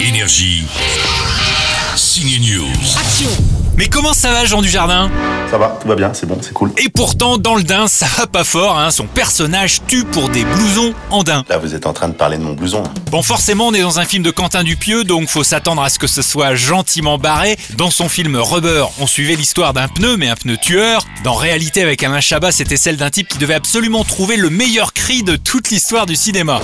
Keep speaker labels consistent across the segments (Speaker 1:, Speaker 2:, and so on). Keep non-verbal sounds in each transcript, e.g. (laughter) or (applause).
Speaker 1: Énergie. Signe News.
Speaker 2: Action Mais comment ça va Jean Dujardin
Speaker 3: Ça va, tout va bien, c'est bon, c'est cool.
Speaker 2: Et pourtant, dans le din, ça va pas fort, hein. son personnage tue pour des blousons en din.
Speaker 3: Là, vous êtes en train de parler de mon blouson.
Speaker 2: Bon, forcément, on est dans un film de Quentin Dupieux, donc faut s'attendre à ce que ce soit gentiment barré. Dans son film Rubber, on suivait l'histoire d'un pneu, mais un pneu tueur. Dans Réalité avec Alain Chabat, c'était celle d'un type qui devait absolument trouver le meilleur cri de toute l'histoire du cinéma.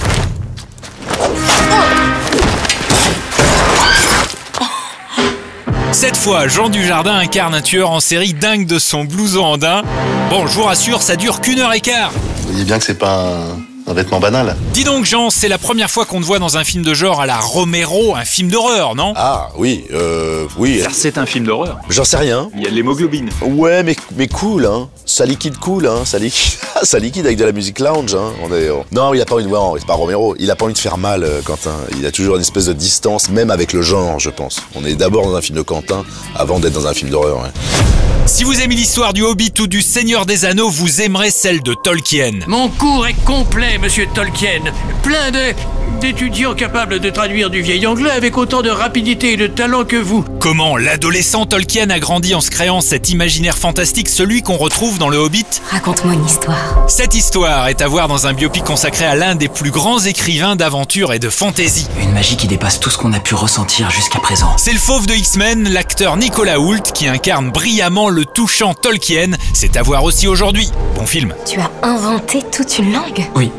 Speaker 2: Cette fois, Jean Dujardin incarne un tueur en série dingue de son blouson en din. Bon, je vous rassure, ça dure qu'une heure et quart.
Speaker 3: Vous voyez bien que c'est pas un, un vêtement banal.
Speaker 2: Dis donc Jean, c'est la première fois qu'on te voit dans un film de genre à la Romero, un film d'horreur, non
Speaker 4: Ah oui, euh, oui,
Speaker 5: C'est un film d'horreur.
Speaker 4: j'en sais rien.
Speaker 5: Il y a de l'hémoglobine.
Speaker 4: Ouais, mais, mais cool, hein. Ça liquide cool, hein. Ça liquide, (laughs) ça liquide avec de la musique lounge, hein. On est, on- Non, il a pas envie de. Non, c'est pas Romero. Il a pas envie de faire mal, euh, Quentin. Il a toujours une espèce de distance, même avec le genre, je pense. On est d'abord dans un film de Quentin avant d'être dans un film d'horreur. hein. ouais.
Speaker 2: Si vous aimez l'histoire du Hobbit ou du Seigneur des Anneaux, vous aimerez celle de Tolkien.
Speaker 6: Mon cours est complet, monsieur Tolkien. Plein de- d'étudiants capables de traduire du vieil anglais avec autant de rapidité et de talent que vous.
Speaker 2: Comment l'adolescent Tolkien a grandi en se créant cet imaginaire fantastique, celui qu'on retrouve dans le Hobbit
Speaker 7: Raconte-moi une histoire.
Speaker 2: Cette histoire est à voir dans un biopic consacré à l'un des plus grands écrivains d'aventure et de fantaisie.
Speaker 8: Une magie qui dépasse tout ce qu'on a pu ressentir jusqu'à présent.
Speaker 2: C'est le fauve de X-Men, l'acteur Nicolas Hoult, qui incarne brillamment le touchant Tolkien. C'est à voir aussi aujourd'hui. Bon film.
Speaker 7: Tu as inventé toute une langue
Speaker 8: Oui,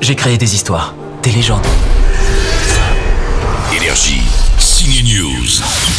Speaker 8: j'ai créé des histoires, des légendes.
Speaker 1: Énergie. Signe News.